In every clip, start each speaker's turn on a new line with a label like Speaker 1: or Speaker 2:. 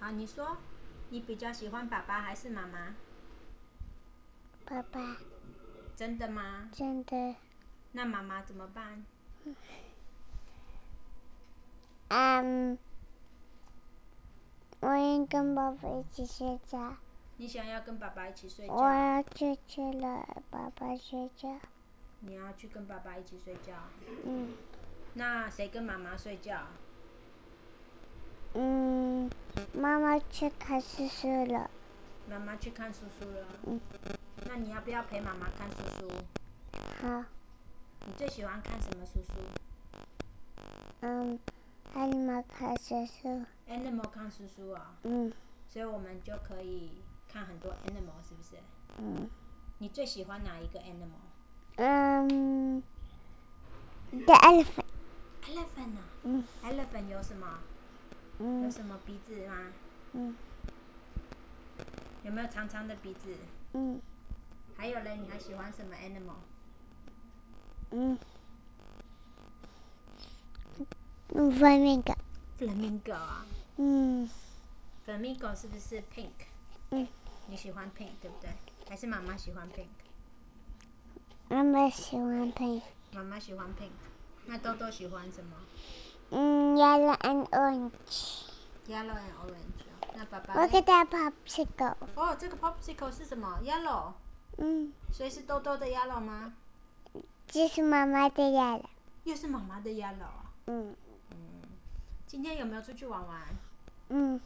Speaker 1: 好，你说，你比较喜欢爸爸还是妈妈？
Speaker 2: 爸爸
Speaker 1: 真的吗？
Speaker 2: 真的
Speaker 1: 那妈妈怎么办？
Speaker 2: 嗯，我要跟爸爸一起睡觉，
Speaker 1: 你想要跟爸爸一起睡
Speaker 2: 我
Speaker 1: 觉？
Speaker 2: 要去去了爸爸睡觉。
Speaker 1: 你要去跟爸爸一起睡觉？
Speaker 2: 嗯
Speaker 1: 那谁跟妈妈睡觉？
Speaker 2: 嗯，妈妈去看叔叔了，
Speaker 1: 妈妈去看叔叔了。
Speaker 2: 嗯
Speaker 1: 那你要不要陪妈妈看叔叔？
Speaker 2: 好，
Speaker 1: 你最喜欢看什么叔叔
Speaker 2: 嗯，阿里玛看叔叔，
Speaker 1: ？Animal 看叔叔啊、
Speaker 2: 嗯
Speaker 1: 所以我们就可以看很多 Animal，是不是？
Speaker 2: 嗯
Speaker 1: 你最喜欢哪一个 Animal？Elephant
Speaker 2: 嗯，the elephant，
Speaker 1: 啊、
Speaker 2: 嗯
Speaker 1: e l e p h a n t 有什么？有
Speaker 2: 嗯
Speaker 1: 什么鼻子吗？
Speaker 2: 嗯
Speaker 1: 有没有长长的鼻子？
Speaker 2: 嗯
Speaker 1: 还有嘞，你还喜欢什么 animal？
Speaker 2: 嗯，嗯，外面的，
Speaker 1: flamingo 啊
Speaker 2: 嗯
Speaker 1: ，flamingo 是不是 pink？
Speaker 2: 嗯，
Speaker 1: 你喜欢 pink 对不对？还是妈妈喜欢 pink？
Speaker 2: 妈妈喜欢配，
Speaker 1: 妈妈喜欢 pink。那豆豆喜欢什么
Speaker 2: 嗯，yellow and orange，
Speaker 1: ？Yellow and orange 哦。那爸爸
Speaker 2: 我
Speaker 1: 嘞
Speaker 2: 给它 popsicle，
Speaker 1: 哦，这个 popsicle 是什么？Yellow，
Speaker 2: 嗯，
Speaker 1: 所以是豆豆的 yellow 吗？
Speaker 2: 这是妈妈的 yellow，
Speaker 1: 又是妈妈的 yellow 啊。
Speaker 2: 嗯
Speaker 1: 今天有没有出去玩玩？
Speaker 2: 嗯，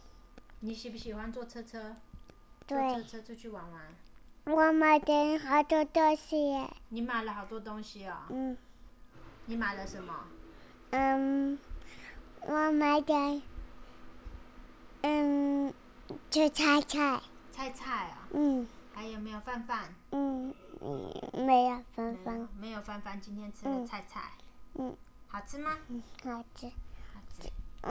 Speaker 1: 你喜不喜欢坐车车？坐车
Speaker 2: 对，
Speaker 1: 车出去玩玩。
Speaker 2: 我买的好多东西耶，
Speaker 1: 你买了好多东西哦。
Speaker 2: 嗯。
Speaker 1: 你买了什么？
Speaker 2: 嗯，我买的，嗯，就菜菜，
Speaker 1: 菜菜啊、
Speaker 2: 嗯
Speaker 1: 还有没有饭饭？
Speaker 2: 嗯，嗯没有
Speaker 1: 没
Speaker 2: 芬
Speaker 1: 有
Speaker 2: 芳，
Speaker 1: 没有翻翻今天吃的
Speaker 2: 嗯
Speaker 1: 菜菜，
Speaker 2: 嗯，
Speaker 1: 好吃吗？
Speaker 2: 好吃。
Speaker 1: 好吃。
Speaker 2: 我